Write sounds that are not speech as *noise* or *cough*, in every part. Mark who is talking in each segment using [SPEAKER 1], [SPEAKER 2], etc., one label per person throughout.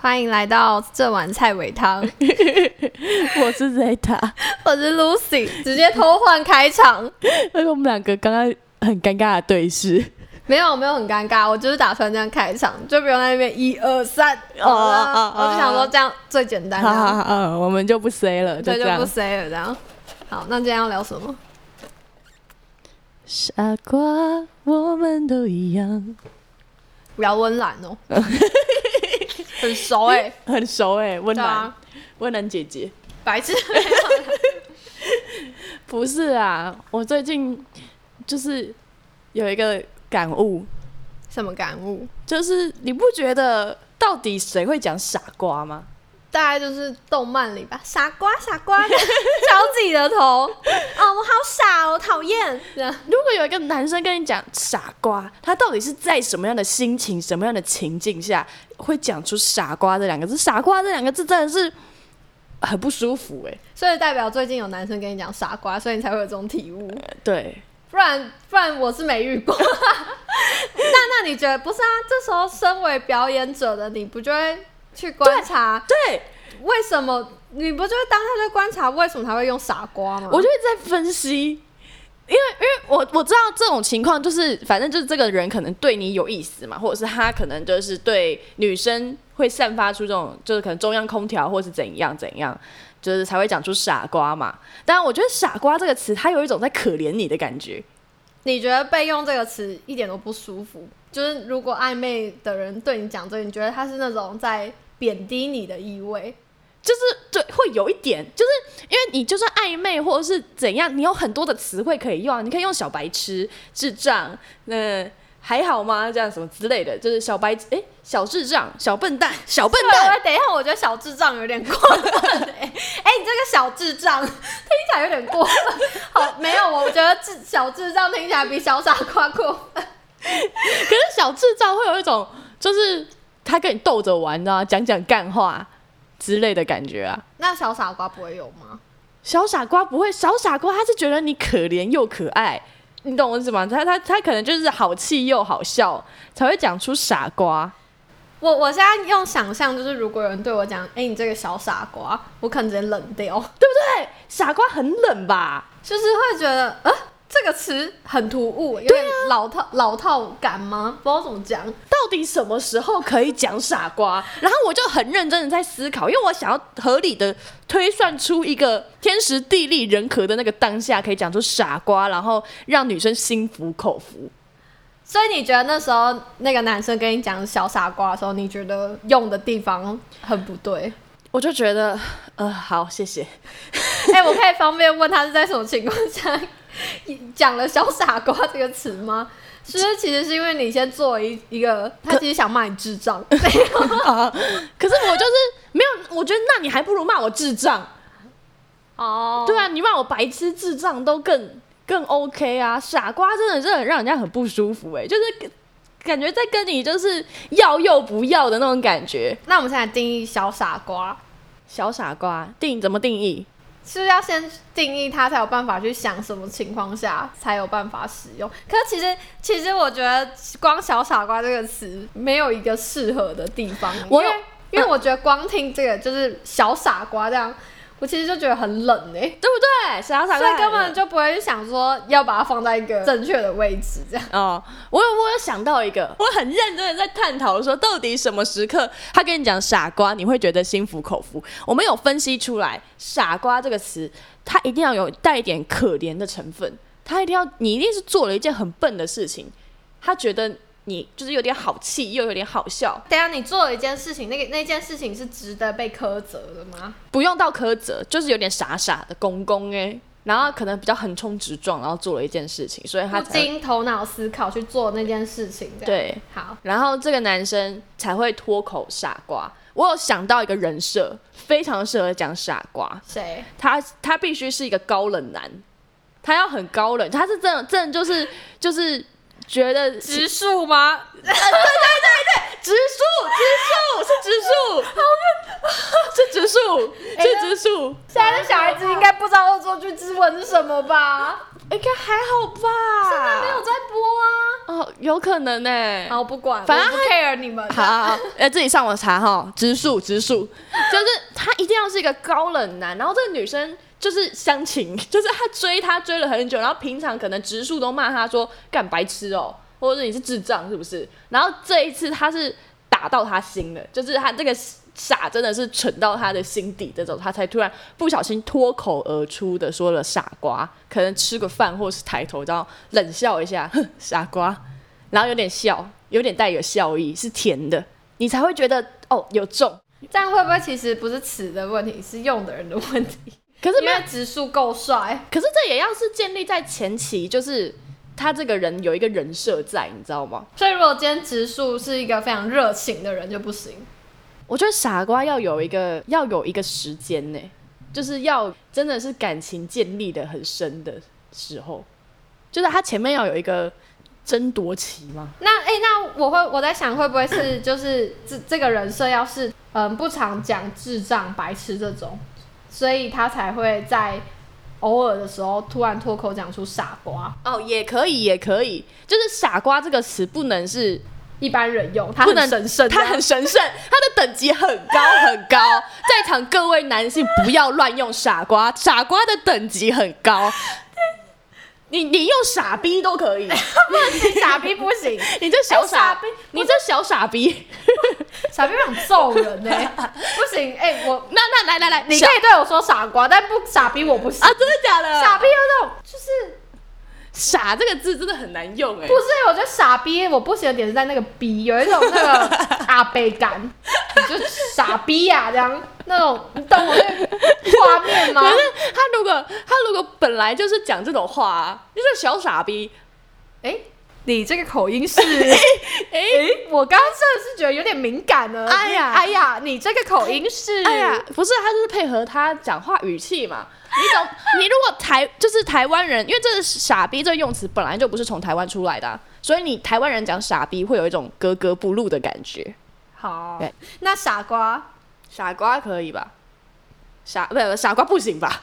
[SPEAKER 1] 欢迎来到这碗菜尾汤， *laughs*
[SPEAKER 2] *laughs* 我是 Zeta，
[SPEAKER 1] 我是 Lucy，直接偷换开场， *laughs*
[SPEAKER 2] 而且我们两个刚刚很尴尬的对视。
[SPEAKER 1] 没有没有很尴尬，我就是打算这样开场，就不用在那边一二三，哦
[SPEAKER 2] 哦哦
[SPEAKER 1] 我就想说这样最简单
[SPEAKER 2] 好好
[SPEAKER 1] 的，
[SPEAKER 2] 好，嗯我们就不 say 了，就
[SPEAKER 1] 对，
[SPEAKER 2] 这
[SPEAKER 1] 啊就不
[SPEAKER 2] 样。
[SPEAKER 1] say 了这样。好，那今天要聊什么？
[SPEAKER 2] 傻瓜，我们都一样。
[SPEAKER 1] 聊温岚
[SPEAKER 2] *laughs*
[SPEAKER 1] 哦，很熟哎、欸，
[SPEAKER 2] 很熟哎、温
[SPEAKER 1] 对
[SPEAKER 2] 暖
[SPEAKER 1] 啊，
[SPEAKER 2] 温暖姐姐。
[SPEAKER 1] 白痴，
[SPEAKER 2] 不是啊，我最近就是有一个感悟，
[SPEAKER 1] 什么感悟？
[SPEAKER 2] 就是你不觉得到底谁会讲傻瓜吗？
[SPEAKER 1] 大概就是动漫里吧，傻瓜傻瓜
[SPEAKER 2] *laughs*
[SPEAKER 1] 的敲自己的头，哦，我好傻哦，讨厌，这样
[SPEAKER 2] 如果有一个男生跟你讲傻瓜，他到底是在什么样的心情、什么样的情境下会讲出傻瓜这两个字？傻瓜这两个字真的是很不舒服哎、
[SPEAKER 1] 所以代表最近有男生跟你讲傻瓜，所以你才会有这种体悟，
[SPEAKER 2] 对，
[SPEAKER 1] 不然不然我是没遇过。 *laughs* 那那你觉得不是啊？这时候身为表演者的你不就会去观察
[SPEAKER 2] 对
[SPEAKER 1] 为什么？你不就会当下就观察为什么他会用傻瓜吗？
[SPEAKER 2] 我就一直在分析。因为，因为我我知道这种情况就是，反正就是这个人可能对你有意思嘛，或者是他可能就是对女生会散发出这种，就是可能中央空调或是怎样怎样，就是才会讲出傻瓜嘛。当然，我觉得傻瓜这个词，它有一种在可怜你的感觉。
[SPEAKER 1] 你觉得被用这个词一点都不舒服？就是如果暧昧的人对你讲这个，你觉得他是那种在贬低你的意味？
[SPEAKER 2] 就是对，会有一点，就是因为你就算暧昧或者是怎样，你有很多的词汇可以用啊，你可以用小白痴、智障，那、还好吗？这样什么之类的，就是小白，哎，小智障、小笨蛋、 *laughs* 小笨蛋，
[SPEAKER 1] 对，等一下，我觉得小智障有点过分、欸。哎、你这个小智障 *laughs* 听起来有点过分。好，没有，我觉得智小智障听起来比小傻瓜过分。
[SPEAKER 2] 可是小智障会有一种，就是他跟你逗着玩，你知道吗？讲讲干话之类的感觉啊。
[SPEAKER 1] 那小傻瓜不会有吗？
[SPEAKER 2] 小傻瓜不会，小傻瓜他是觉得你可怜又可爱，你懂我意思吗？他他他可能就是好气又好笑，才会讲出傻瓜。
[SPEAKER 1] 我我现在用想象，就是如果有人对我讲，哎、你这个小傻瓜，我可能直接冷掉， *laughs*
[SPEAKER 2] 对，傻瓜很冷吧？
[SPEAKER 1] 就是会觉得，呃，这个词很突兀，有点老套、老套感吗？不知道怎么讲。
[SPEAKER 2] 到底什么时候可以讲傻瓜？然后我就很认真的在思考，因为我想要合理的推算出一个天时地利人和的那个当下，可以讲出傻瓜，然后让女生心服口服。
[SPEAKER 1] 所以你觉得那时候那个男生跟你讲小傻瓜的时候，你觉得用的地方很不对？
[SPEAKER 2] 我就觉得，呃，好，谢 *laughs* 谢。
[SPEAKER 1] *laughs* 哎、我可以方便问他是在什么情况下讲了“小傻瓜”这个词吗？是不是其实是因为你先做了一一个，他其实想骂你智
[SPEAKER 2] *laughs*
[SPEAKER 1] 障， *laughs*
[SPEAKER 2] 啊，可是我就是没有，我觉得那你还不如骂我智障。
[SPEAKER 1] 哦
[SPEAKER 2] 对
[SPEAKER 1] 对啊，
[SPEAKER 2] 啊，你骂我白痴、智障都更更 OK 啊，傻瓜真的是很让人家很不舒服哎、就是跟感觉在跟你就是要又不要的那种感觉。
[SPEAKER 1] 那我们现在定义小傻瓜，
[SPEAKER 2] 小傻瓜定怎么定义？
[SPEAKER 1] 是不是要先定义它，才有办法去想什么情况下才有办法使用？可是其实，其实我觉得光“小傻瓜”这个词没有一个适合的地方，
[SPEAKER 2] 我
[SPEAKER 1] 因
[SPEAKER 2] 有
[SPEAKER 1] 为因为我觉得光听这个就是“小傻瓜”这样，我其实就觉得很冷哎、
[SPEAKER 2] 对不对？小傻瓜
[SPEAKER 1] 所以根本就不会想说要把它放在一个正确的位置，这样。
[SPEAKER 2] 哦，我有我有想到一个，我很认真的在探讨说，到底什么时刻他跟你讲傻瓜，你会觉得心服口服？我们有分析出来，傻瓜这个词，它一定要有带一点可怜的成分，他一定要你一定是做了一件很笨的事情，他觉得你就是有点好气，又有点好笑，
[SPEAKER 1] 等一下你做了一件事情，那个那件事情是值得被苛责的吗？
[SPEAKER 2] 不用到苛责，就是有点傻傻的公公哎、然后可能比较横冲直撞，然后做了一件事情，所以他
[SPEAKER 1] 不
[SPEAKER 2] 才会
[SPEAKER 1] 经头脑思考去做那件事情，这样。
[SPEAKER 2] 对。
[SPEAKER 1] 好，
[SPEAKER 2] 然后这个男生才会脱口傻瓜。我有想到一个人设，非常适合讲傻瓜。
[SPEAKER 1] 谁？
[SPEAKER 2] 他他必须是一个高冷男，他要很高冷，他是真的真的就是就是觉得呃植
[SPEAKER 1] 植树吗？
[SPEAKER 2] 植树植树是植树， *laughs* 是植树
[SPEAKER 1] 哎
[SPEAKER 2] 是植树。
[SPEAKER 1] 现在的小孩子应该不知道恶作剧之吻是什么吧？
[SPEAKER 2] 应该还好吧？
[SPEAKER 1] 现在没有在播
[SPEAKER 2] 哦，有可能欸呢、
[SPEAKER 1] 啊。好，不管，
[SPEAKER 2] 反
[SPEAKER 1] 我
[SPEAKER 2] 正
[SPEAKER 1] 不 care 你们。
[SPEAKER 2] 好，好，好 *laughs* 呃，自己上网查哈，直树，直树，就是他一定要是一个高冷男，然后这个女生就是相亲， *laughs* 就是他追他追了很久，然后平常可能直树都骂他说干白痴哦、或者是你是智障是不是？然后这一次他是打到他心了，就是他这个傻真的是蠢到他的心底这种，他才突然不小心脱口而出的说了傻瓜，可能吃个饭或是抬头然后冷笑一下，哼，傻瓜，然后有点笑，有点带有笑意，是甜的，你才会觉得哦有中。
[SPEAKER 1] 这样会不会其实不是词的问题，是用的人的问题？
[SPEAKER 2] 可是
[SPEAKER 1] 因
[SPEAKER 2] 没有
[SPEAKER 1] 为植树够帅，
[SPEAKER 2] 可是这也要是建立在前期，就是他这个人有一个人设在，你知道吗？
[SPEAKER 1] 所以如果今天植树是一个非常热情的人就不行。
[SPEAKER 2] 我觉得傻瓜要有一个要有一个时间呢、就是要真的是感情建立的很深的时候，就是他前面要有一个争夺期嘛。
[SPEAKER 1] 那哎、诶那我会我在想，会不会是就是这这个人设要是嗯不常讲智障、白痴这种，所以他才会在偶尔的时候突然脱口讲出傻瓜，
[SPEAKER 2] 哦，也可以，也可以，就是傻瓜这个词不能是
[SPEAKER 1] 一般人用，他
[SPEAKER 2] 不
[SPEAKER 1] 很
[SPEAKER 2] 能
[SPEAKER 1] 神圣，
[SPEAKER 2] 他很神圣，啊他的等级很高很高。在场各位男性不要乱用傻瓜，傻瓜的等级很高。 *laughs* 你你用傻逼都可以，
[SPEAKER 1] *laughs* 傻逼不行，
[SPEAKER 2] *laughs* 你这小
[SPEAKER 1] 哎傻
[SPEAKER 2] 傻
[SPEAKER 1] 逼
[SPEAKER 2] 你这小傻逼。
[SPEAKER 1] 傻逼想揍人呢、不行哎、我
[SPEAKER 2] 那那来来来，
[SPEAKER 1] 你
[SPEAKER 2] 小
[SPEAKER 1] 可以对我说傻瓜，但不傻逼我不行。
[SPEAKER 2] 啊，真的假的？
[SPEAKER 1] 傻逼有那种，就是
[SPEAKER 2] 傻这个字真的很难用哎、
[SPEAKER 1] 不是？我觉得傻逼我不行的点是在那个逼，有一种那个
[SPEAKER 2] *laughs*
[SPEAKER 1] 阿悲感，你就傻逼啊呀、这样那种，你懂我那个画面吗
[SPEAKER 2] 可？是他如果他如果本来就是讲这种话、啊，你这小傻逼，
[SPEAKER 1] 哎、你这个口音
[SPEAKER 2] *laughs*
[SPEAKER 1] 是，
[SPEAKER 2] 哎、
[SPEAKER 1] 我刚刚真的是觉得有点敏感了。
[SPEAKER 2] 哎呀
[SPEAKER 1] 哎呀，你这个口音是，
[SPEAKER 2] 哎呀，，不是，他就是配合他讲话语气嘛。你 *laughs* 懂？你如果台就是台湾人，因为这“傻逼”这个用词本来就不是从台湾出来的啊、所以你台湾人讲“傻逼”会有一种格格不入的感觉。
[SPEAKER 1] 好
[SPEAKER 2] 对，
[SPEAKER 1] 那傻瓜，
[SPEAKER 2] 傻瓜可以吧？傻不不傻瓜不行吧？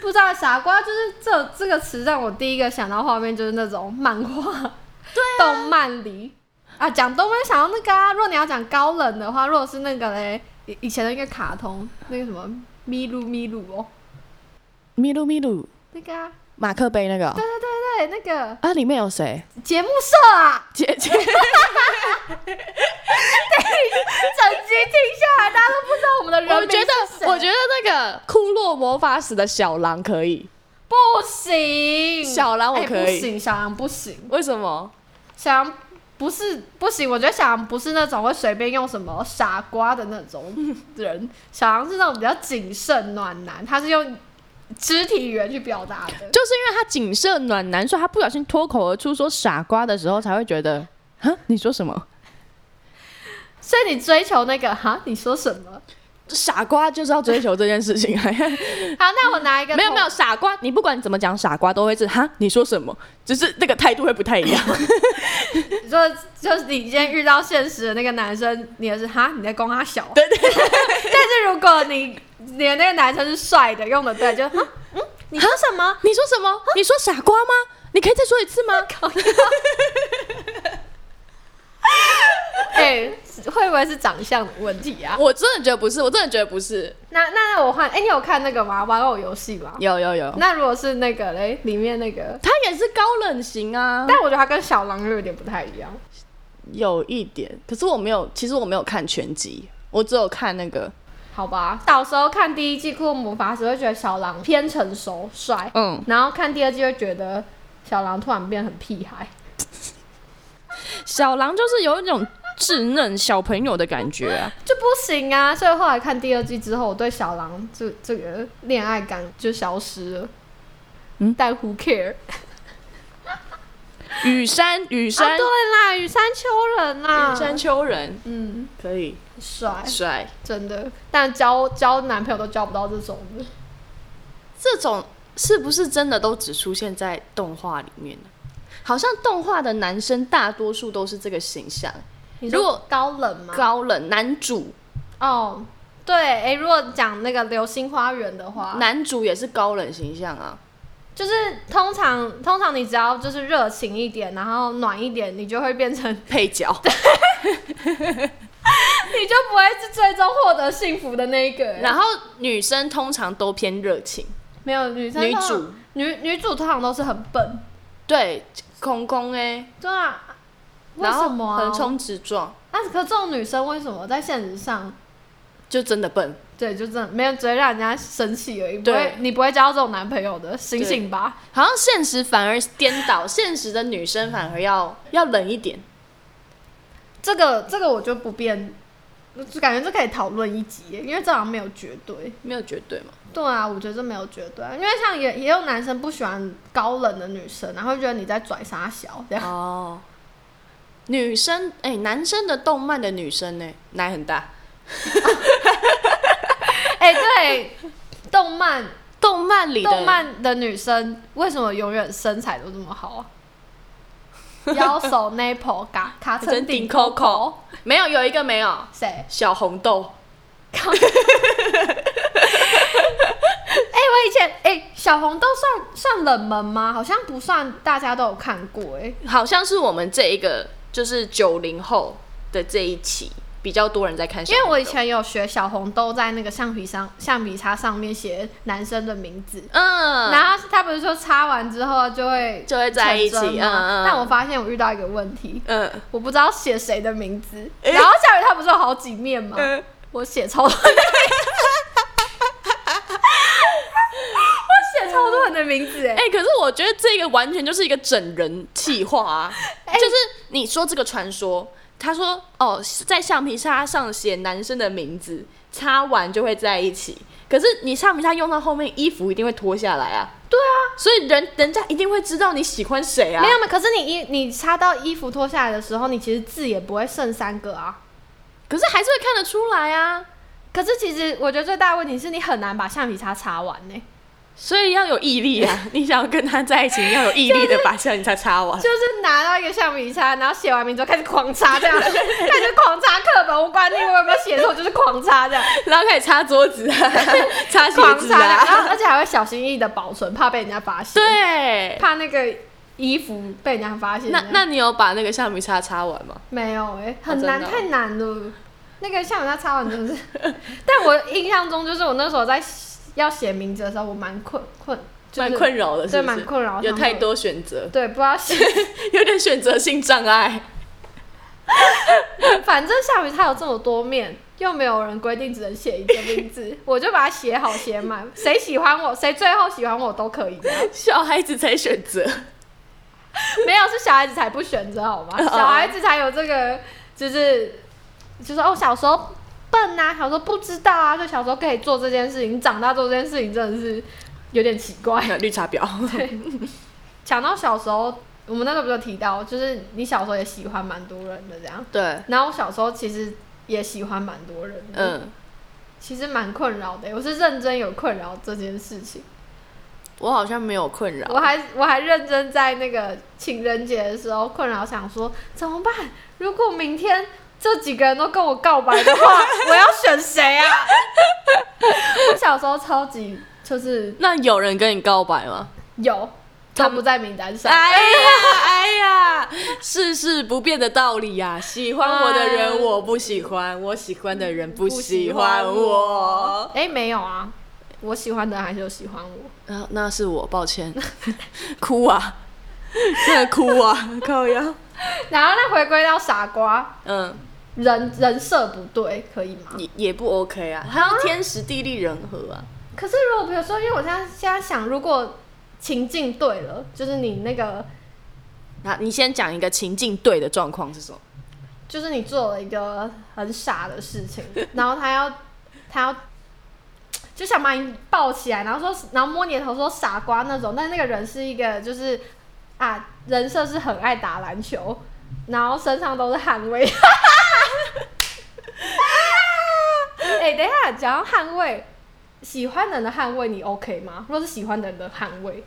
[SPEAKER 1] 不知道傻瓜就是这这个词让我第一个想到画面就是那种漫画，对、动漫里啊，讲动漫想到那个啊。如果你要讲高冷的话，如果是那个嘞，以以前的一个卡通，那个什么咪噜咪噜哦，
[SPEAKER 2] 咪噜咪噜，
[SPEAKER 1] 那个啊，
[SPEAKER 2] 马克杯那个哦
[SPEAKER 1] 对对对对，那个
[SPEAKER 2] 啊，里面有谁？
[SPEAKER 1] 节目社啊，
[SPEAKER 2] 姐 *laughs* 姐。
[SPEAKER 1] 整集听下来，大家都不知道我们的人
[SPEAKER 2] 我
[SPEAKER 1] 名
[SPEAKER 2] 觉
[SPEAKER 1] 是谁
[SPEAKER 2] 得，我觉得那个库洛魔法使的小狼可以，
[SPEAKER 1] 不行，
[SPEAKER 2] 小狼我
[SPEAKER 1] 哎
[SPEAKER 2] 可以
[SPEAKER 1] 不行，小狼不行。
[SPEAKER 2] 为什么？
[SPEAKER 1] 小杨不是不行，我觉得小杨不是那种会随便用什么傻瓜的那种 *laughs* 人，小杨是那种比较谨慎暖男，他是用肢体语言去表达的。
[SPEAKER 2] 就是因为他景色暖男，所以他不小心脱口而出说傻瓜的时候，才会觉得啊，你说什么？
[SPEAKER 1] 所以你追求那个哈，你说什 *laughs* 么？
[SPEAKER 2] 傻瓜就是要追求这件事情。
[SPEAKER 1] 好，那我拿一个
[SPEAKER 2] 没有
[SPEAKER 1] 同
[SPEAKER 2] 没有，，傻瓜，你不管怎么讲，傻瓜都会是哈，你说什么？只是那个态度会不太一样。 *laughs*
[SPEAKER 1] 就就是你今天遇到现实的那个男生，你也是哈，你在攻他 *laughs* 小。
[SPEAKER 2] 对对
[SPEAKER 1] 但是如果你你的那个男生是帅的，用的对，就哈嗯，你说什么？
[SPEAKER 2] 你说什么？你说傻瓜吗？你可以再说一次吗？
[SPEAKER 1] *laughs* 哎、会不会是长相的问题啊？
[SPEAKER 2] *laughs* 我真的觉得不是，我真的觉得不是。
[SPEAKER 1] 那那那我换，哎、你有看那个吗？玩偶游戏吗？
[SPEAKER 2] 有有有，
[SPEAKER 1] 那如果是那个嘞，里面那个，
[SPEAKER 2] 他也是高冷型啊。
[SPEAKER 1] 但我觉得他跟小狼又有点不太一样。
[SPEAKER 2] 有一点，可是我没有，其实我没有看全集，我只有看那个，
[SPEAKER 1] 好吧，到时候看第一季《库洛魔法使》会觉得小狼偏成熟帅，
[SPEAKER 2] 嗯，
[SPEAKER 1] 然后看第二季会觉得小狼突然变很屁孩。
[SPEAKER 2] 小狼就是有一种稚嫩小朋友的感觉啊。
[SPEAKER 1] 就不行啊！所以后来看第二季之后，我对小狼这这个恋爱感就消失了。
[SPEAKER 2] 嗯
[SPEAKER 1] 但 who care？
[SPEAKER 2] 雨山，雨山，
[SPEAKER 1] 啊、对啦，羽山丘人啦，
[SPEAKER 2] 雨山丘人，
[SPEAKER 1] 嗯，
[SPEAKER 2] 可以，
[SPEAKER 1] 帅，
[SPEAKER 2] 帅。
[SPEAKER 1] 真的。但交交男朋友都交不到这种的。
[SPEAKER 2] 这种是不是真的都只出现在动画里面呢？好像动画的男生大多数都是这个形象，
[SPEAKER 1] 你说
[SPEAKER 2] 如果
[SPEAKER 1] 高冷吗？
[SPEAKER 2] 高冷男主，
[SPEAKER 1] 哦，对，哎、如果讲那个《流星花园》的话，
[SPEAKER 2] 男主也是高冷形象啊。
[SPEAKER 1] 就是通常通常你只要就是热情一点，然后暖一点，你就会变成， *laughs*
[SPEAKER 2] 配角，
[SPEAKER 1] 你就不会是最终获得幸福的那一个。
[SPEAKER 2] *laughs* 然后女生通常都偏热情，
[SPEAKER 1] 没有女生
[SPEAKER 2] 女
[SPEAKER 1] 通常
[SPEAKER 2] 主
[SPEAKER 1] 女女主通常都是很笨，
[SPEAKER 2] 对，空空哎，
[SPEAKER 1] 对啊，为
[SPEAKER 2] 然
[SPEAKER 1] 什
[SPEAKER 2] 后
[SPEAKER 1] 么啊？
[SPEAKER 2] 横冲直撞，
[SPEAKER 1] 啊，可这种女生为什么在现实上，
[SPEAKER 2] 就真的笨。
[SPEAKER 1] 对，就真的没有只会让人家生气而已，不
[SPEAKER 2] 对
[SPEAKER 1] 会，你不会交这种男朋友的，醒醒吧。
[SPEAKER 2] 好像现实反而颠倒，现实的女生反而要要冷一点。
[SPEAKER 1] 这个这个我就不变，就感觉这可以讨论一集耶，因为这好像没有绝对。
[SPEAKER 2] 没有绝对嘛？
[SPEAKER 1] 对啊，我觉得这没有绝对啊，因为像也也有男生不喜欢高冷的女生，然后觉得你在拽傻小这样。
[SPEAKER 2] 哦，女生哎、男生的动漫的女生呢、奶很大，
[SPEAKER 1] *laughs* 哎、对，动漫
[SPEAKER 2] 动漫里的
[SPEAKER 1] 动漫的女生为什么永远身材都这么好啊？
[SPEAKER 2] *laughs*
[SPEAKER 1] 腰手 naple 嘎卡成
[SPEAKER 2] 真
[SPEAKER 1] 顶
[SPEAKER 2] 顶
[SPEAKER 1] Coco
[SPEAKER 2] Coco 没有有一个没有
[SPEAKER 1] 谁？
[SPEAKER 2] 小红豆，
[SPEAKER 1] 哎、我以前哎、小红豆算算冷门吗？好像不算，大家都有看过哎、
[SPEAKER 2] 好像是我们这一个就是九零后的这一期比较多人在看小
[SPEAKER 1] 因
[SPEAKER 2] 红
[SPEAKER 1] 为
[SPEAKER 2] 豆，
[SPEAKER 1] 我以前有学小红豆在那个橡皮上橡皮擦上面写男生的名字，
[SPEAKER 2] 嗯，
[SPEAKER 1] 然后他不是说擦完之后就会
[SPEAKER 2] 就会在一起
[SPEAKER 1] 成真吗
[SPEAKER 2] 嗯嗯嗯
[SPEAKER 1] 但我发现我遇到一个问题，
[SPEAKER 2] 嗯
[SPEAKER 1] 我不知道写谁的名字，然后下雨他不是有好几面吗？
[SPEAKER 2] 嗯，
[SPEAKER 1] 我写超多人的名字， *laughs* 我写超多人的名字哎、
[SPEAKER 2] 哎、可是我觉得这个完全就是一个整人气话
[SPEAKER 1] *laughs*
[SPEAKER 2] 啊！
[SPEAKER 1] 哎
[SPEAKER 2] 就是你说这个传说，他说哦，在橡皮擦上写男生的名字，擦完就会在一起。可是你橡皮擦用到后面，衣服一定会脱下来啊。
[SPEAKER 1] 对啊，
[SPEAKER 2] 所以人人家一定会知道你喜欢谁啊
[SPEAKER 1] 没。有没有，可是你衣你擦到衣服脱下来的时候，你其实字也不会剩三个啊。
[SPEAKER 2] 可是还是会看得出来啊。
[SPEAKER 1] 可是其实我觉得最大的问题是你很难把橡皮擦擦完呢、
[SPEAKER 2] 所以要有毅力
[SPEAKER 1] *laughs*
[SPEAKER 2] 啊！你想要跟他在一起，你要有毅力的把橡皮擦擦完。
[SPEAKER 1] 就是拿到一个橡皮擦，然后写完名之后开始狂擦
[SPEAKER 2] *laughs*
[SPEAKER 1] 这样，开始狂擦课本，无关你我有没有写错，就是狂擦这
[SPEAKER 2] *laughs*
[SPEAKER 1] 样，
[SPEAKER 2] 然后开始擦桌
[SPEAKER 1] *laughs*
[SPEAKER 2] 子啊，擦鞋
[SPEAKER 1] 狂
[SPEAKER 2] 子
[SPEAKER 1] 擦，然
[SPEAKER 2] 啊。
[SPEAKER 1] 后而且还会小心翼翼的保存，怕被人家发现， *laughs*
[SPEAKER 2] 对，
[SPEAKER 1] 怕那个衣服被人家发现这
[SPEAKER 2] 那
[SPEAKER 1] 样。
[SPEAKER 2] 那你有把那个橡皮擦擦完吗？
[SPEAKER 1] 没有哎、很
[SPEAKER 2] 真
[SPEAKER 1] 难，
[SPEAKER 2] 的哦
[SPEAKER 1] 太难了。那个像我那擦完真的
[SPEAKER 2] *laughs*
[SPEAKER 1] 是，但我印象中就是我那时候在要写名字的时候，我蛮困困，就是
[SPEAKER 2] 蛮困扰的，
[SPEAKER 1] 对，
[SPEAKER 2] 是不
[SPEAKER 1] 蛮
[SPEAKER 2] 是？
[SPEAKER 1] 困扰，
[SPEAKER 2] 有
[SPEAKER 1] 想
[SPEAKER 2] 太
[SPEAKER 1] 说，
[SPEAKER 2] 多选择， *laughs*
[SPEAKER 1] 对，不知道写，
[SPEAKER 2] 有点选择性障碍。
[SPEAKER 1] 反正下雨它有这么多面，又没有人规定只能写一个名字， *laughs* 我就把它写好写满，谁喜欢我，谁最后喜欢我都可以这样。
[SPEAKER 2] 小孩子才选择，
[SPEAKER 1] 没有，是小孩子才不选择好吗？
[SPEAKER 2] 哦
[SPEAKER 1] 小孩子才有这个，就是就是哦，小时候笨啊，小时候不知道啊，就小时候可以做这件事情，长大做这件事情真的是有点奇怪。
[SPEAKER 2] 绿茶婊。
[SPEAKER 1] 讲到小时候，我们那时候不是有提到，就是你小时候也喜欢蛮多人的这样，
[SPEAKER 2] *laughs* 对，
[SPEAKER 1] 然后我小时候其实也喜欢蛮多人的，
[SPEAKER 2] 嗯，
[SPEAKER 1] 其实蛮困扰的，我是认真有困扰这件事情。
[SPEAKER 2] 我好像没有困扰。
[SPEAKER 1] 我还我还认真在那个情人节的时候困扰，想说怎么办？如果明天这几个人都跟我告白的话， *laughs* 我要选谁啊？我小时候超级就是
[SPEAKER 2] *laughs* 那有人跟你告白吗？
[SPEAKER 1] 有，他不在名单上。
[SPEAKER 2] 哎呀，哎呀，世事不变的道理呀、喜欢我的人我不喜欢，我喜欢的人哎不喜欢我。
[SPEAKER 1] 哎、没有啊，我喜欢的人还是有喜欢我。
[SPEAKER 2] *laughs* 啊，那是我，抱歉， *laughs* 哭啊， *laughs* 真的哭啊，靠呀，
[SPEAKER 1] 然后再回归到傻瓜，
[SPEAKER 2] 嗯。
[SPEAKER 1] 人人设不对，可以吗？
[SPEAKER 2] 也也不 OK 啊，他要天时地利人和啊。
[SPEAKER 1] 可是如果比如说，因为我现在现在想，如果情境对了，就是你那个
[SPEAKER 2] 那你先讲一个情境对的状况是什么？
[SPEAKER 1] 就是你做了一个很傻的事情，然后他要 *laughs* 他要就想把你抱起来，然后说然后摸你的头说傻瓜那种，但那个人是一个就是啊人设是很爱打篮球，然后身上都是汗味。 *laughs* 哎、等一下，讲到汗味，喜欢人的汗味你 OK 吗？如果是喜欢人的汗味，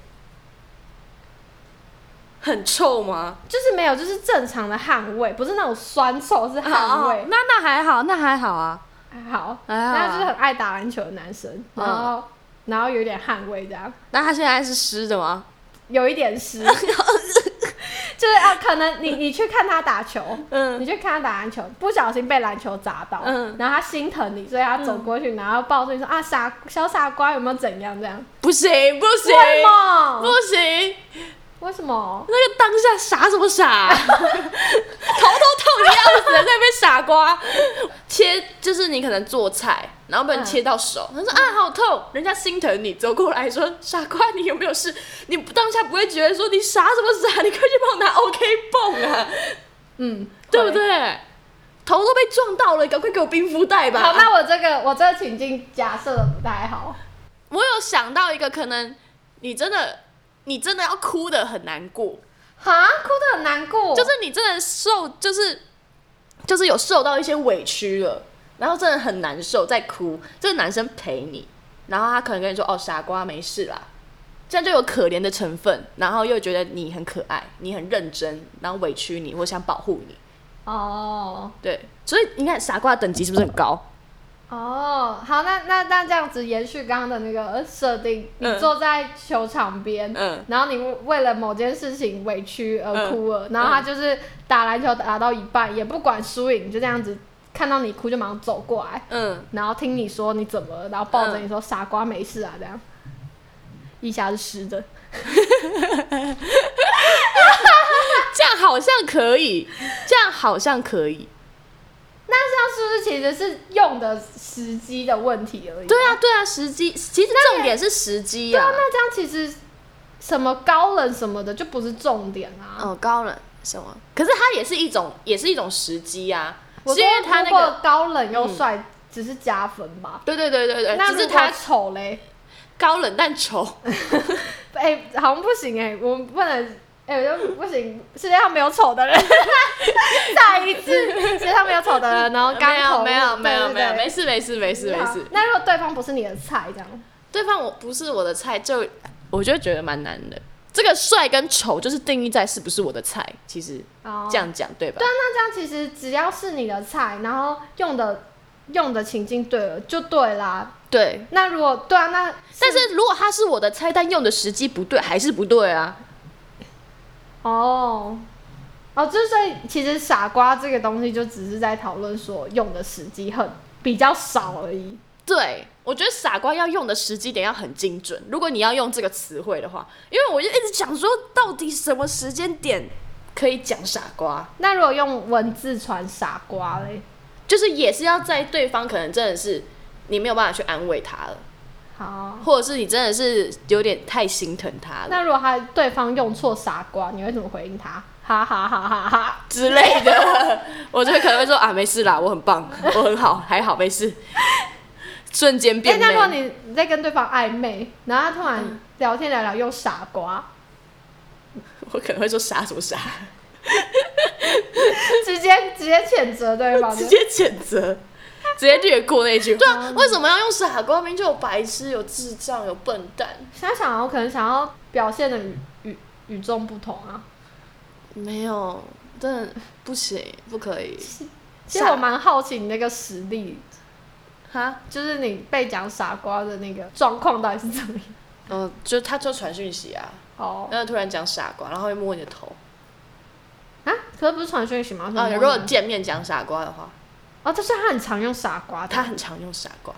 [SPEAKER 2] 很臭吗？
[SPEAKER 1] 就是没有，就是正常的汗味，不是那种酸臭，是汗味。
[SPEAKER 2] 那那还好，那还好啊。
[SPEAKER 1] 还好，
[SPEAKER 2] 还好啊
[SPEAKER 1] 然后就是很爱打篮球的男生，
[SPEAKER 2] 嗯
[SPEAKER 1] 然后然后有点汗味这样，
[SPEAKER 2] 那它现在是湿的吗？
[SPEAKER 1] 有一点
[SPEAKER 2] *laughs*
[SPEAKER 1] 湿， *laughs* 就是啊，可能你你去看他打球，
[SPEAKER 2] 嗯
[SPEAKER 1] 你去看他打篮球，不小心被篮球砸到，
[SPEAKER 2] 嗯
[SPEAKER 1] 然后他心疼你，所以他走过去，然后抱住你说啊傻小傻瓜有没有怎样这样？
[SPEAKER 2] 不行不行
[SPEAKER 1] 为什
[SPEAKER 2] 不
[SPEAKER 1] 么？
[SPEAKER 2] 行，
[SPEAKER 1] 为什么？
[SPEAKER 2] 那个当下傻什么傻、头都痛的要死，在那边傻瓜。切就是你可能做菜，然后被人
[SPEAKER 1] 嗯
[SPEAKER 2] 切到手，他说啊好痛，人家心疼你，走过来说傻瓜你有没有事？ *laughs* 你当下不会觉得说你傻什么傻，你快去帮我拿 OK 泵啊，
[SPEAKER 1] 嗯，
[SPEAKER 2] 对不
[SPEAKER 1] 会？
[SPEAKER 2] 对？头都被撞到了，赶快给我冰敷袋吧。
[SPEAKER 1] 好，那我这个我这个情境假设的不太好，
[SPEAKER 2] 我有想到一个可能，你真的你真的要哭的很难过，
[SPEAKER 1] 哈，哭的很难过，
[SPEAKER 2] 就是你真的受，就是就是有受到一些委屈了，然后真的很难受，在哭。这个男生陪你，然后他可能跟你说：“哦，傻瓜，没事啦。”这样就有可怜的成分，然后又觉得你很可爱，你很认真，然后委屈你，我想保护你。
[SPEAKER 1] 哦
[SPEAKER 2] 对，所以你看傻瓜的等级是不是很高？
[SPEAKER 1] 哦，好，那那那这样子延续刚刚的那个呃设定，
[SPEAKER 2] 嗯
[SPEAKER 1] 你坐在球场边，
[SPEAKER 2] 嗯
[SPEAKER 1] 然后你为为了某件事情委屈而
[SPEAKER 2] 嗯
[SPEAKER 1] 哭了，然后他就是打篮球打到一半，也不管输赢，就这样子看到你哭就马上走过来，
[SPEAKER 2] 嗯，
[SPEAKER 1] 然后听你说你怎么了，然后抱着
[SPEAKER 2] 嗯
[SPEAKER 1] 你说、傻瓜没事啊这样，一下是湿的，
[SPEAKER 2] 这样好像可以，这样好像可以。
[SPEAKER 1] 那这样是不是其实是用的时机的问题而已？
[SPEAKER 2] 对啊，对啊，时机，其实重点是时机
[SPEAKER 1] 对啊，
[SPEAKER 2] 啊。
[SPEAKER 1] 那这样其实什么高冷什么的就不是重点啊。
[SPEAKER 2] 哦，高冷什么？可是它也是一种，也是一种时机啊，
[SPEAKER 1] 我
[SPEAKER 2] 是
[SPEAKER 1] 说
[SPEAKER 2] 因为他那
[SPEAKER 1] 如果
[SPEAKER 2] 个，
[SPEAKER 1] 高冷又帅，只是加分吧。
[SPEAKER 2] 对对对对对，
[SPEAKER 1] 那
[SPEAKER 2] 只
[SPEAKER 1] 如
[SPEAKER 2] 是
[SPEAKER 1] 果呃
[SPEAKER 2] 他
[SPEAKER 1] 丑嘞，
[SPEAKER 2] 高冷但丑，
[SPEAKER 1] 哎、好像不行哎、我们不能。哎、我就不行，世界上没有丑的人。 *laughs* 再一次，世界上没有丑的人，然后刚
[SPEAKER 2] 没有
[SPEAKER 1] 投
[SPEAKER 2] 没有
[SPEAKER 1] 入
[SPEAKER 2] 没有
[SPEAKER 1] 对对
[SPEAKER 2] 没有，
[SPEAKER 1] 对
[SPEAKER 2] 没事没事没事没
[SPEAKER 1] 好
[SPEAKER 2] 事，
[SPEAKER 1] 那如果对啊方不是你的菜，这样
[SPEAKER 2] 对方我不是我的菜，就我就觉得蛮难的。这个帅跟丑就是定义在是不是我的菜，其实
[SPEAKER 1] 哦
[SPEAKER 2] 这样讲对吧
[SPEAKER 1] 对？啊，那这样其实只要是你的菜，然后用的用的情境对了，就对啦。
[SPEAKER 2] 对。
[SPEAKER 1] 那如果对啊，那
[SPEAKER 2] 但是如果他是我的菜，但用的时机不对，还是不对啊。
[SPEAKER 1] 哦，哦，就是所以其实傻瓜这个东西就只是在讨论说用的时机很比较少而已。
[SPEAKER 2] 对，我觉得傻瓜要用的时机点要很精准。如果你要用这个词汇的话，因为我就一直想说，到底什么时间点可以讲傻瓜，
[SPEAKER 1] 那如果用文字传傻瓜嘞，
[SPEAKER 2] 就是也是要在对方可能真的是你没有办法去安慰他了，
[SPEAKER 1] 好，
[SPEAKER 2] 或者是你真的是有点太心疼他了
[SPEAKER 1] 那如果他对方用错傻瓜，你会怎么回应他？哈哈哈哈哈！
[SPEAKER 2] 之类的， *laughs* 我就可能会说啊，没事啦，我很棒，我很好，还好，没事。 *laughs* 瞬间
[SPEAKER 1] 哎、
[SPEAKER 2] 变
[SPEAKER 1] 那如果
[SPEAKER 2] 美，
[SPEAKER 1] 你你在跟对方暧昧，然后他突然聊天聊聊用傻瓜，
[SPEAKER 2] 我可能会说傻什么傻，
[SPEAKER 1] 直接直接谴责对方，
[SPEAKER 2] 直接谴责，直接略过那一句。对啊，为什么要用傻瓜？明明就有白痴、有智障、有笨蛋。
[SPEAKER 1] 想想我哦可能想要表现的与与与众不同啊。
[SPEAKER 2] 没有，真的不行，不可以。
[SPEAKER 1] 其实
[SPEAKER 2] 傻
[SPEAKER 1] 我蛮好奇你那个实力，
[SPEAKER 2] 哈，
[SPEAKER 1] 就是你被讲傻瓜的那个状况到底是怎么样？
[SPEAKER 2] 嗯、就他就传讯息啊，
[SPEAKER 1] 哦
[SPEAKER 2] 然后突然讲傻瓜，然后会摸你的头。
[SPEAKER 1] 啊，可是不是传讯息吗？
[SPEAKER 2] 啊，
[SPEAKER 1] 是
[SPEAKER 2] 如
[SPEAKER 1] 摸
[SPEAKER 2] 果
[SPEAKER 1] 你
[SPEAKER 2] 见面讲傻瓜的话，
[SPEAKER 1] 哦，就是他很常用傻瓜的，
[SPEAKER 2] 他很常用傻瓜。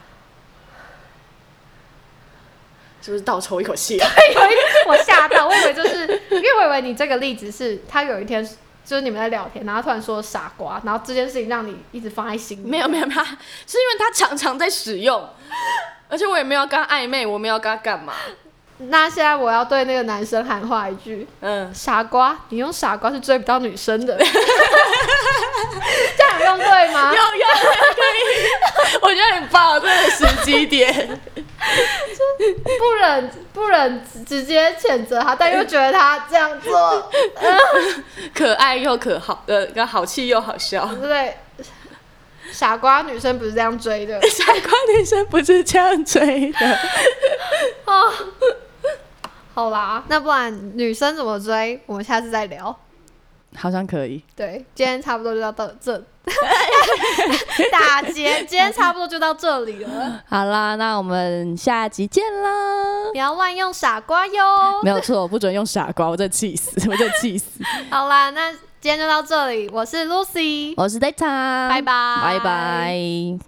[SPEAKER 2] 是不是倒抽一口气啊？
[SPEAKER 1] 有一哎 *laughs* 我吓到，我以为就是因为我以为你这个例子是他有一天就是你们在聊天，然后突然说傻瓜，然后这件事情让你一直放在心里。
[SPEAKER 2] *laughs* 没有没有没有，是因为他常常在使用，而且我也没有跟他暧昧，我没有跟他干嘛。
[SPEAKER 1] 那现在我要对那个男生喊话一句：
[SPEAKER 2] 嗯，
[SPEAKER 1] 傻瓜，你用傻瓜是追不到女生的。 *laughs* 这样有用对吗
[SPEAKER 2] *laughs* 有？有，我觉得很棒，这个时机点。
[SPEAKER 1] 不忍不忍直直接谴责他，但又觉得他这样做
[SPEAKER 2] 可爱又可好，呃，跟好气又好 *laughs* 笑。
[SPEAKER 1] 对，傻瓜女生不是这样追的
[SPEAKER 2] 傻瓜女生不是这样追的，
[SPEAKER 1] *laughs* 哦。好啦，那不然女生怎么追，我们下次再聊。
[SPEAKER 2] 好像可以。
[SPEAKER 1] *laughs* 对，今天差不多就到到这。打结，今天差不多就到这里 *laughs* 了，
[SPEAKER 2] 好啦，那我们下集见啦！
[SPEAKER 1] 不要乱用傻瓜哟。
[SPEAKER 2] 没有错，不准用傻瓜，我真的气死，我真的气 *laughs* 死！
[SPEAKER 1] 好啦，那今天就到这里，我是 Lucy，
[SPEAKER 2] 我是 Data，
[SPEAKER 1] 拜拜，
[SPEAKER 2] 拜拜。